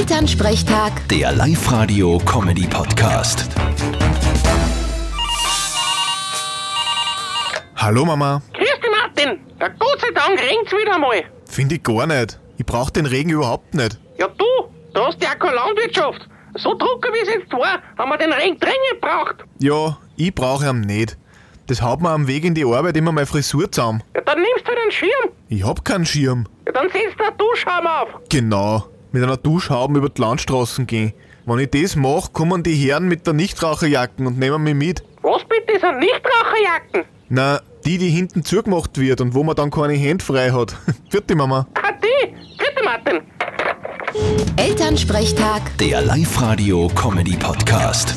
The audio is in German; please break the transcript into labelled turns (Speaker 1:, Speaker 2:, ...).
Speaker 1: Elternsprechtag,
Speaker 2: Der Live-Radio-Comedy-Podcast.
Speaker 3: Hallo Mama.
Speaker 4: Grüß dich, Martin. Ja, Gott sei Dank regnt's wieder mal.
Speaker 3: Finde ich gar nicht. Ich brauche den Regen überhaupt nicht.
Speaker 4: Ja, du, da hast du ja keine Landwirtschaft. So trocken wie es jetzt war, haben wir den Regen dringend braucht.
Speaker 3: Ja, ich brauche ihn nicht. Das haut mir am Weg in die Arbeit immer meine Frisur zusammen.
Speaker 4: Ja, dann nimmst du den Schirm.
Speaker 3: Ich hab keinen Schirm.
Speaker 4: Ja, dann setzt du einen Duschschaum auf.
Speaker 3: Genau. Mit einer Duschhaube über die Landstraßen gehen. Wenn ich das mache, kommen die Herren mit der Nichtraucherjacken und nehmen mich mit.
Speaker 4: Was bitte sind Nichtraucherjacken?
Speaker 3: Na, die, die hinten zugemacht wird und wo man dann keine Hände frei hat. Vierte Mama.
Speaker 4: Ah, die. Grüß dich, Martin.
Speaker 1: Elternsprechtag.
Speaker 2: Der Live-Radio-Comedy-Podcast.